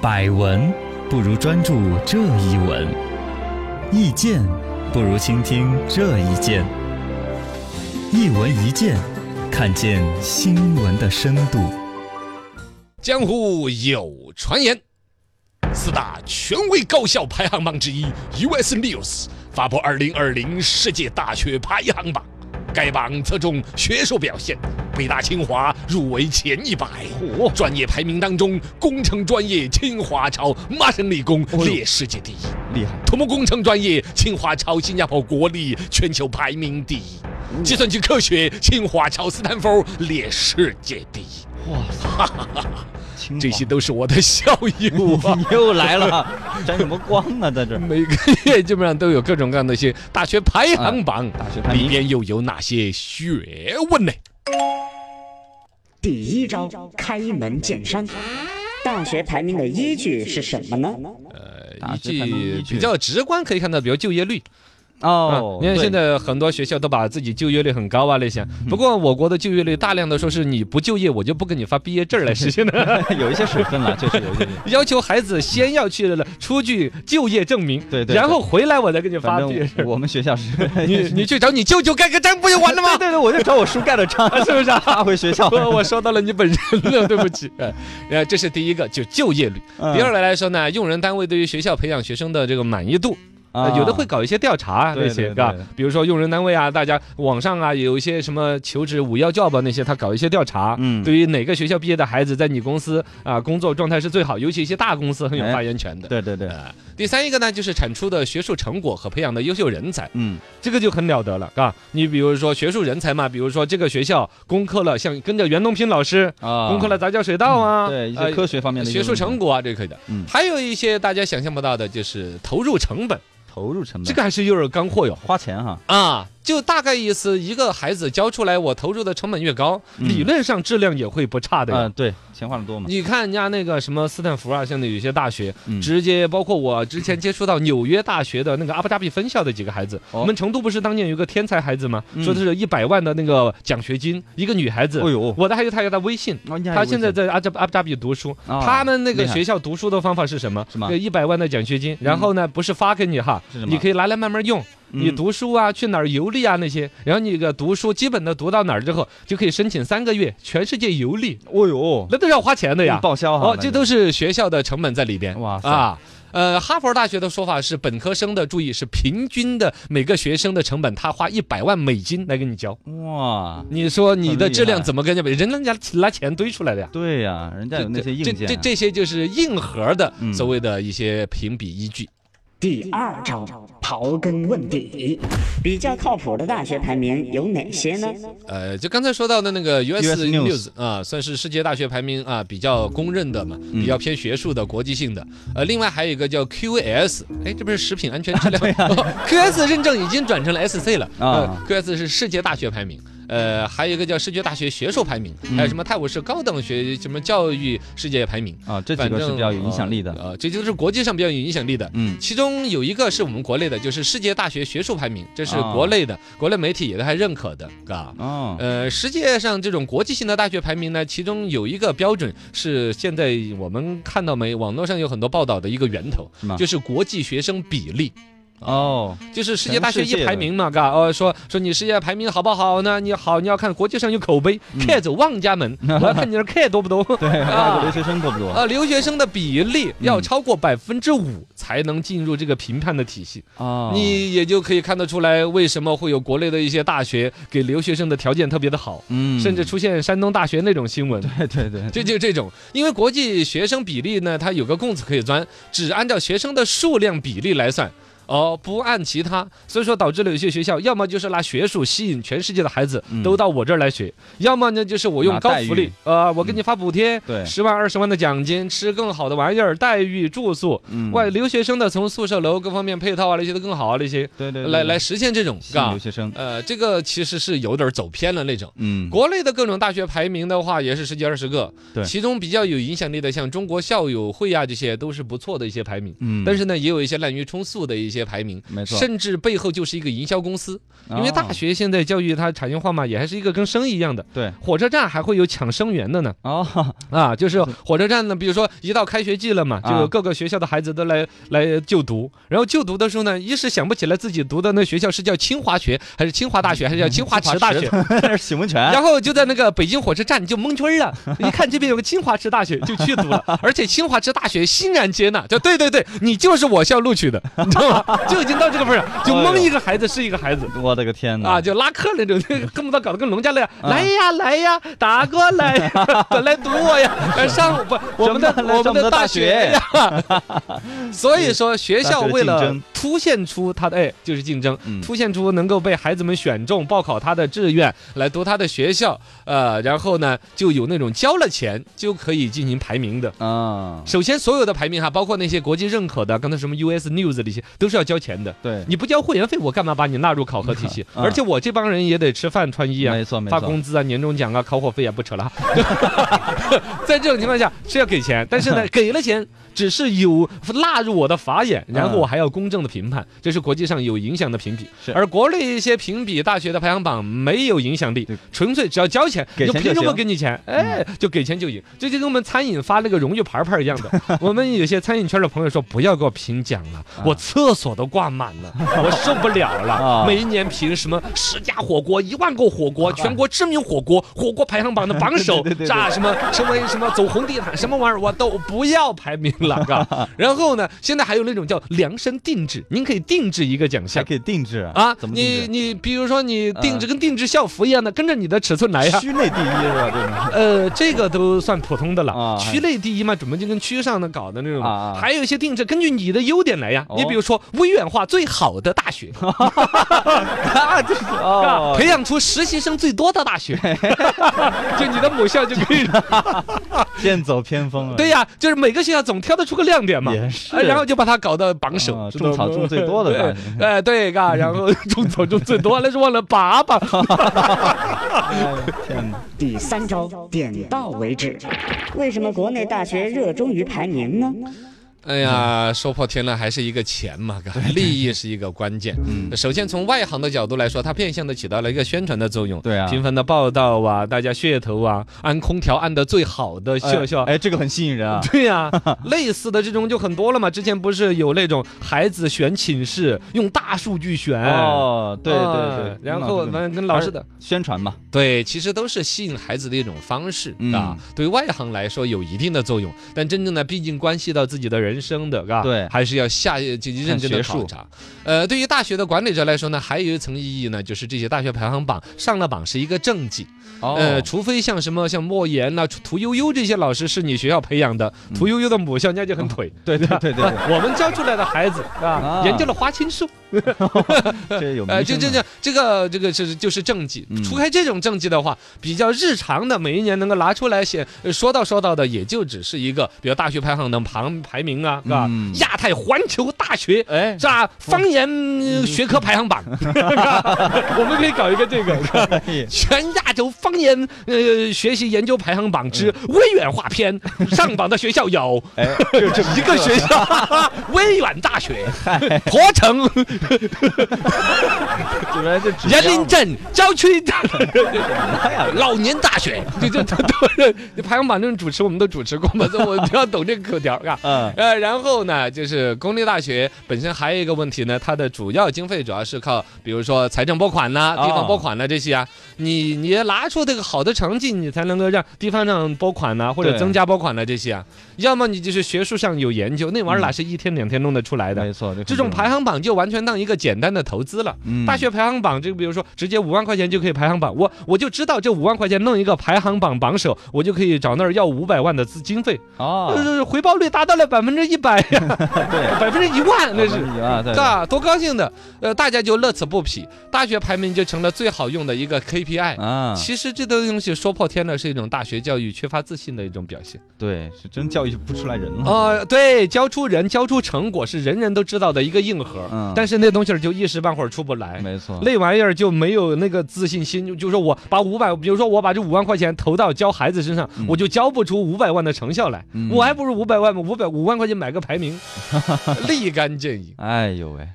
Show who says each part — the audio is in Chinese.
Speaker 1: 百闻不如专注这一闻，意见不如倾听这一见。一闻一见，看见新闻的深度。
Speaker 2: 江湖有传言，四大权威高校排行榜之一 US News 发布2020世界大学排行榜，该榜侧重学术表现，北大、清华入围前一百。专业排名当中，工程专业清华朝麻省理工
Speaker 1: 呦
Speaker 2: 列世界第一。
Speaker 1: 厉害，
Speaker 2: 土木工程专业，清华朝新加坡国立全球排名第一；计算机科学，清华朝斯坦福列世界第一。
Speaker 1: 哇
Speaker 2: 哈哈哈哈！
Speaker 1: 清
Speaker 2: 这些都是我的效应啊。
Speaker 1: 你 又来了，沾什么光啊呢？在这
Speaker 2: 每个月基本上都有各种各样的一些大学排行榜，
Speaker 1: 哎大学排名
Speaker 2: 里边又有哪些学问呢？
Speaker 3: 第一招开门见山。大学排名的依据是什么呢？
Speaker 1: 大
Speaker 2: 一
Speaker 1: 学排名依
Speaker 2: 句
Speaker 1: 据
Speaker 2: 呃比较直观可以看到，比如就业率啊
Speaker 1: 哦，，
Speaker 2: 你看
Speaker 1: 对嗯
Speaker 2: 现在很多学校都把自己就业率很高啊那些，不过我国的就业率大量的说是你不就业，我就不给你发毕业证来实现的，
Speaker 1: 啊 有一些水分了，确实有一些水分。
Speaker 2: 要求孩子先要去了出具就业证明，
Speaker 1: 对对对
Speaker 2: 然后回来我再给你
Speaker 1: 反
Speaker 2: 发毕业
Speaker 1: 正
Speaker 2: 证。
Speaker 1: 我们学校是，
Speaker 2: 你你去找你舅舅盖个章不就完了 吗
Speaker 1: 对？对对，我就找我叔盖了章，
Speaker 2: 是不是啊
Speaker 1: 发回学校。
Speaker 2: 我我说到了你本人了，对不起。 哎呃，这是第一个，就就业率。
Speaker 1: 嗯
Speaker 2: 第二来来说呢，用人单位对于学校培养学生的这个满意度，
Speaker 1: 啊
Speaker 2: 呃有的会搞一些调查啊
Speaker 1: 对
Speaker 2: 那
Speaker 1: 对
Speaker 2: 些，
Speaker 1: 对
Speaker 2: 吧？比如说用人单位啊，大家网上啊有一些什么求职五幺 job 啊那些，他搞一些调查。
Speaker 1: 嗯
Speaker 2: 对于哪个学校毕业的孩子在你公司啊工作状态是最好，尤其一些大公司很有
Speaker 1: 哎
Speaker 2: 发言权的。
Speaker 1: 对对对，
Speaker 2: 啊，第三一个呢，就是产出的学术成果和培养的优秀人才。
Speaker 1: 嗯，
Speaker 2: 这个就很了得了，啊！你比如说学术人才嘛，比如说这个学校攻克了，像跟着袁隆平老师
Speaker 1: 啊嗯
Speaker 2: 攻克了杂交水稻啊，
Speaker 1: 对一些
Speaker 2: 呃
Speaker 1: 科学方面的
Speaker 2: 学术成
Speaker 1: 果
Speaker 2: 果啊，这个可以的
Speaker 1: 嗯。
Speaker 2: 还有一些大家想象不到的，就是投入成本，
Speaker 1: 投入成本，
Speaker 2: 这个还是有点干货哟。
Speaker 1: 花钱哈，
Speaker 2: 啊，就大概意思，一个孩子教出来，我投入的成本越高，
Speaker 1: 嗯
Speaker 2: 理论上质量也会不差的呀。
Speaker 1: 嗯，对，钱花的多嘛，
Speaker 2: 你看人家那个什么斯坦福啊，像那有些大学，
Speaker 1: 嗯
Speaker 2: 直接包括我之前接触到纽约大学的那个阿布扎比分校的几个孩子，
Speaker 1: 哦
Speaker 2: 我们成都不是当年有一个天才孩子吗？
Speaker 1: 嗯
Speaker 2: 说的是一百万的那个奖学金，一个女孩子
Speaker 1: 哦，呦，
Speaker 2: 我的还有她有她微信。
Speaker 1: 哦你还
Speaker 2: 她
Speaker 1: 有
Speaker 2: 现在
Speaker 1: 微信
Speaker 2: 在阿扎阿布扎比读书，
Speaker 1: 哦
Speaker 2: 他们那个
Speaker 1: 厉害
Speaker 2: 学校读书的方法是什么？
Speaker 1: 是吗嗯
Speaker 2: 一百万的奖学金，然后呢，不是发给你哈
Speaker 1: 是什，么
Speaker 2: 你可以拿来慢慢用。你
Speaker 1: 嗯
Speaker 2: 读书啊，去哪儿游历啊那些，然后你个读书基本的读到哪儿之后，就可以申请三个月全世界游历，
Speaker 1: 哦呦，
Speaker 2: 那都是要花钱的呀。
Speaker 1: 报销哈，
Speaker 2: 哦，这都是学校的成本在里边。
Speaker 1: 哇塞
Speaker 2: 啊！呃，哈佛大学的说法是，本科生的注意是平均的每个学生的成本，他花一百万美金来给你交。
Speaker 1: 哇，
Speaker 2: 你说你
Speaker 1: 很
Speaker 2: 的
Speaker 1: 厉
Speaker 2: 质量
Speaker 1: 害
Speaker 2: 怎么跟人家比？ 人家拿钱堆出来的呀。
Speaker 1: 对呀，人家有那些硬
Speaker 2: 这
Speaker 1: 件
Speaker 2: 这这些啊就是硬核的
Speaker 1: 嗯
Speaker 2: 所谓的一些评比依据。
Speaker 3: 第二招刨根问底，比较靠谱的大学排名有哪些呢？
Speaker 2: 呃，就刚才说到的那个 US
Speaker 1: US News 嗯
Speaker 2: News 啊，算是世界大学排名啊比较公认的嘛，比较偏学术的、国际性的。呃，另外还有一个叫 QS，哎，这不是食品安全 质量、QS 哦认证已经转成了 SC 了
Speaker 1: 啊
Speaker 2: 呃、，QS 是世界大学排名。呃，还有一个叫世界大学学术排名，
Speaker 1: 嗯
Speaker 2: 还有什么泰晤士高等学什么教育世界排名，
Speaker 1: 啊，这几
Speaker 2: 反
Speaker 1: 个
Speaker 2: 正
Speaker 1: 是比较有影响力的，
Speaker 2: 呃，呃这就是国际上比较有影响力的。
Speaker 1: 嗯，
Speaker 2: 其中有一个是我们国内的，就是世界大学学术排名，这是
Speaker 1: 啊
Speaker 2: 国内的，国内媒体也都还认可的，啊。
Speaker 1: 哦，
Speaker 2: 呃，世界上这种国际性的大学排名呢，其中有一个标准是现在我们看到没，网络上有很多报道的一个源头
Speaker 1: 是吗，
Speaker 2: 就是国际学生比例。
Speaker 1: 哦，
Speaker 2: 就是世界大学
Speaker 1: 全世界
Speaker 2: 一
Speaker 1: 的
Speaker 2: 排名嘛，嘎，哦，说说你世界排名好不好呢？你好，你要看国际上有口碑，看走望 家门，我要看你那 K 多不多。
Speaker 1: 嗯对， 外国留学生多不多
Speaker 2: 呃，留学生的比例要超过百分之五才能进入这个评判的体系，
Speaker 1: 哦，
Speaker 2: 你也就可以看得出来为什么会有国内的一些大学给留学生的条件特别的好，
Speaker 1: 嗯，
Speaker 2: 甚至出现山东大学那种新闻。
Speaker 1: 对对对，
Speaker 2: 这就这种，因为国际学生比例呢，它有个空子可以钻，只按照学生的数量比例来算。哦，不按其他，所以说导致了有些学校，要么就是拿学术吸引全世界的孩子
Speaker 1: 嗯
Speaker 2: 都到我这儿来学，要么呢就是我用
Speaker 1: 拿
Speaker 2: 高
Speaker 1: 待遇嗯
Speaker 2: 福利，呃，我给你发补贴，
Speaker 1: 对
Speaker 2: 十万二十万的奖金，吃更好的玩意儿，待遇、住宿，
Speaker 1: 嗯
Speaker 2: 外留学生的从宿舍楼各方面配套啊那些都更好啊那些，
Speaker 1: 对对对
Speaker 2: 来
Speaker 1: 对
Speaker 2: 来实现这种，
Speaker 1: 吸引
Speaker 2: 嘎
Speaker 1: 留，学生，
Speaker 2: 呃，这个其实是有点儿走偏了那种。
Speaker 1: 嗯，
Speaker 2: 国内的各种大学排名的话，也是十几二十个，
Speaker 1: 对
Speaker 2: 其中比较有影响力的，像中国校友会啊，这些都是不错的一些排名。
Speaker 1: 嗯，
Speaker 2: 但
Speaker 1: 是
Speaker 2: 是呢，也有一些滥竽充数的一些排名，
Speaker 4: 没错
Speaker 2: 甚至背后就是一个营销公司，因为大
Speaker 4: 哦
Speaker 2: 学现在教育它产业化嘛，也还是一个跟生意一样的。
Speaker 4: 对
Speaker 2: 火车站还会有抢生源的呢，
Speaker 4: 哦，
Speaker 2: 啊，就是火车站呢，比如说一到开学季了嘛，就
Speaker 4: 啊
Speaker 2: 有各个学校的孩子都来来就读，然后就读的时候呢，一是想不起来自己读的那学校是叫清华学还是清华大学还是叫清华池大学，
Speaker 4: 那是许文泉
Speaker 2: 然后就在那个北京火车站就蒙圈 了，一看这边有个清华池大学就去读了，而且清华池大学欣然接纳，就对对对，你就是我校录取的，你知道 吗？就已经到这个份儿
Speaker 4: 哎
Speaker 2: 上，就蒙一个孩子是一个孩子。
Speaker 4: 我的个天哪！
Speaker 2: 啊，就拉客那种，恨不得搞得跟农家乐样，
Speaker 4: 嗯
Speaker 2: 来呀来呀，打过来 呀，来堵我呀，来上不我们的
Speaker 4: 上不了
Speaker 2: 我们的大
Speaker 4: 上
Speaker 2: 学呀。 所以说，学校为
Speaker 4: 大学的
Speaker 2: 了
Speaker 4: 竞争
Speaker 2: 凸显出它的哎，就是竞争
Speaker 4: 嗯，
Speaker 2: 凸显出能够被孩子们选中报考他的志愿，来读他的学校，呃，然后呢，就有那种交了钱就可以进行排名的。
Speaker 4: 啊，
Speaker 2: 首先，所有的排名哈，包括那些国际认可的，刚才什么 US News 这些，都是要交钱的。
Speaker 4: 对，
Speaker 2: 你不交会员费，我干嘛把你纳入考核 体系？
Speaker 4: 嗯
Speaker 2: 而且我这帮人也得吃饭穿衣啊，
Speaker 4: 没错没
Speaker 2: 发
Speaker 4: 错
Speaker 2: 工资啊，年终奖啊， 烤火费也不扯了哈。在这种情况下是要给钱，但是 呢，给了钱只是有纳入我的法眼，
Speaker 4: 嗯
Speaker 2: 然后我还要公正的评判，这是国际上有影响的评比
Speaker 4: 是。
Speaker 2: 而国内一些评比大学的排行榜没有影响力
Speaker 4: 对，
Speaker 2: 纯粹只要交钱，
Speaker 4: 给
Speaker 2: 就
Speaker 4: 钱
Speaker 2: 凭
Speaker 4: 就
Speaker 2: 什么
Speaker 4: 行
Speaker 2: 给你钱？哎，
Speaker 4: 嗯
Speaker 2: 就给钱就赢，这就跟我们餐饮发那个荣誉牌牌一样 的。我们有些餐饮圈的朋友说，不要给我评奖了，我厕所都挂满 了，我受不了了
Speaker 4: 啊。
Speaker 2: 每一年评什么十家火锅、一万个火锅、全国知名火锅、火锅排行榜的榜首
Speaker 4: 对对对对，
Speaker 2: 炸什么什么什么走红地毯什么玩意儿，我都不要排名 了。嘎然后呢，现在还有那种叫量身定制，您可以定制一个奖项
Speaker 4: 还。可以定制
Speaker 2: 啊
Speaker 4: 怎，么
Speaker 2: 你
Speaker 4: 定制？
Speaker 2: 你比如说你定制
Speaker 4: 嗯
Speaker 2: 跟定制校服一样的，跟着你的尺寸哎来呀。
Speaker 4: 区内第一是吧？这种
Speaker 2: 呃，这个都算普通的了。
Speaker 4: 啊
Speaker 2: 区内第一嘛，准备就跟区上的搞的那种。
Speaker 4: 啊啊
Speaker 2: 还有一些定制，根据你的优点来呀。
Speaker 4: 哦
Speaker 2: 你比如说，微远化最好的大学，
Speaker 4: 啊，这是
Speaker 2: 啊
Speaker 4: 哦，
Speaker 2: 培养出实习生最多的大 学，就你的母校就可以。
Speaker 4: 剑走偏锋啊了。
Speaker 2: 对 呀，就是每个学校总挑得出个亮点嘛。
Speaker 4: 也是
Speaker 2: 哎然后就把它搞到榜首，
Speaker 4: 啊
Speaker 2: 知道吗
Speaker 4: 种草种最多的大学
Speaker 2: 对哎，对，嘎，然后种草种最多，那是忘了拔 拔。
Speaker 4: 天哪，
Speaker 3: 第三招，点到为止。为什么国内大学热衷于排名呢？
Speaker 2: 哎呀，说破天了，还是一个钱嘛，哥利益是一个关键。嗯，首先从外行的角度来说，它变相的起到了一个宣传的作用。
Speaker 4: 对啊
Speaker 2: 频繁的报道啊，大家噱头啊，按空调按的最好的笑笑。
Speaker 4: 哎，这个很吸引人啊。
Speaker 2: 对呀、类似的这种就很多了嘛。之前不是有那种孩子选寝室用大数据选，
Speaker 4: 哦，对对
Speaker 2: 啊
Speaker 4: 对，
Speaker 2: 然后我
Speaker 4: 那这个
Speaker 2: 们跟老师的
Speaker 4: 还是宣传嘛，
Speaker 2: 对，其实都是吸引孩子的一种方式、
Speaker 4: 嗯
Speaker 2: 啊。对外行来说有一定的作用，但真正呢，毕竟关系到自己的人生的，啊，
Speaker 4: 对
Speaker 2: 还是要下进行认真的
Speaker 4: 看学术
Speaker 2: 考察。呃，对于大学的管理者来说呢，还有一层意义呢，就是这些大学排行榜上了榜是一个政绩。呃，
Speaker 4: 哦，
Speaker 2: 除非像什么像莫言呐、屠呦呦这些老师是你学校培养的，屠呦呦的母校人家就很腿。
Speaker 4: 嗯哦对对对对对，
Speaker 2: 我们教出来的孩子啊，
Speaker 4: 啊
Speaker 2: 研究了花青素，
Speaker 4: 这有
Speaker 2: 呃，
Speaker 4: 名
Speaker 2: 就
Speaker 4: 声
Speaker 2: 这
Speaker 4: 的
Speaker 2: 这这个这个是就是政绩
Speaker 4: 嗯，
Speaker 2: 除开这种政绩的话，比较日常的，每一年能够拿出来写呃说到说到的，也就只是一个，比如大学排行榜旁排名啊，是吧
Speaker 4: 嗯？
Speaker 2: 亚太环球大学。
Speaker 4: 哎
Speaker 2: 是，吧？方言呃学科排 行榜，我们可以搞一个这 个，是吧
Speaker 4: 可以
Speaker 2: 全亚洲方言呃学习研究排行榜之微远化篇，上榜的学校有
Speaker 4: 哎，就这么
Speaker 2: 一个学校， 微远大学、驼城、
Speaker 4: 主人就指
Speaker 2: 延
Speaker 4: 标
Speaker 2: 陵
Speaker 4: 嘛
Speaker 2: 镇郊区
Speaker 4: 哎呀，
Speaker 2: 老年大学，就就就 都是排行榜这种主持，我们都主持过嘛，所以我比较懂这个口条啊。
Speaker 4: 嗯，
Speaker 2: 呃，然后呢，就是公立大学本身还有一个问题呢，它的主要经费主要是靠，比如说财政拨款呐、
Speaker 4: 哦
Speaker 2: 地方拨款呐、这些啊，你你要拿出这个好的成绩，你才能够让地方上拨款呐、或者
Speaker 4: 对
Speaker 2: 增加拨款呐、这些啊，要么你就是学术上有研究，那玩意儿哪是一天两天弄得出来的
Speaker 4: 嗯没？错，
Speaker 2: 这种排行榜就完全当一个简单的投资了。
Speaker 4: 嗯
Speaker 2: 大学排行榜，这个比如说直接五万块钱就可以排行榜，我我就知道这五万块钱弄一个排行榜榜首，我就可以找那儿要五百万的资经费，
Speaker 4: 哦
Speaker 2: 就，是回报率达到了百分之一百 呀，
Speaker 4: 对，
Speaker 2: 百分之一万 那是。
Speaker 4: 啊，对，
Speaker 2: 啊，多高兴的！呃，大家就乐此不疲，大学排名就成了最好用的一个 KPI。
Speaker 4: 啊，
Speaker 2: 其实这东西说破天了，是一种大学教育缺乏自信的一种表现。
Speaker 4: 对，是真教育不出来人了。
Speaker 2: 呃，对，教出人，教出成果是人人都知道的一个硬核，
Speaker 4: 嗯
Speaker 2: 但是那东西儿就一时半会儿出不来。
Speaker 4: 没错，
Speaker 2: 那玩意儿就没有那个自信心，就就说我把五百，比如说我把这五万块钱投到教孩子身上，
Speaker 4: 嗯
Speaker 2: 我就教不出五百万的成效来，
Speaker 4: 嗯
Speaker 2: 我还不如五百万五百五万块钱买个排名，立竿见影。
Speaker 4: 哎呦喂，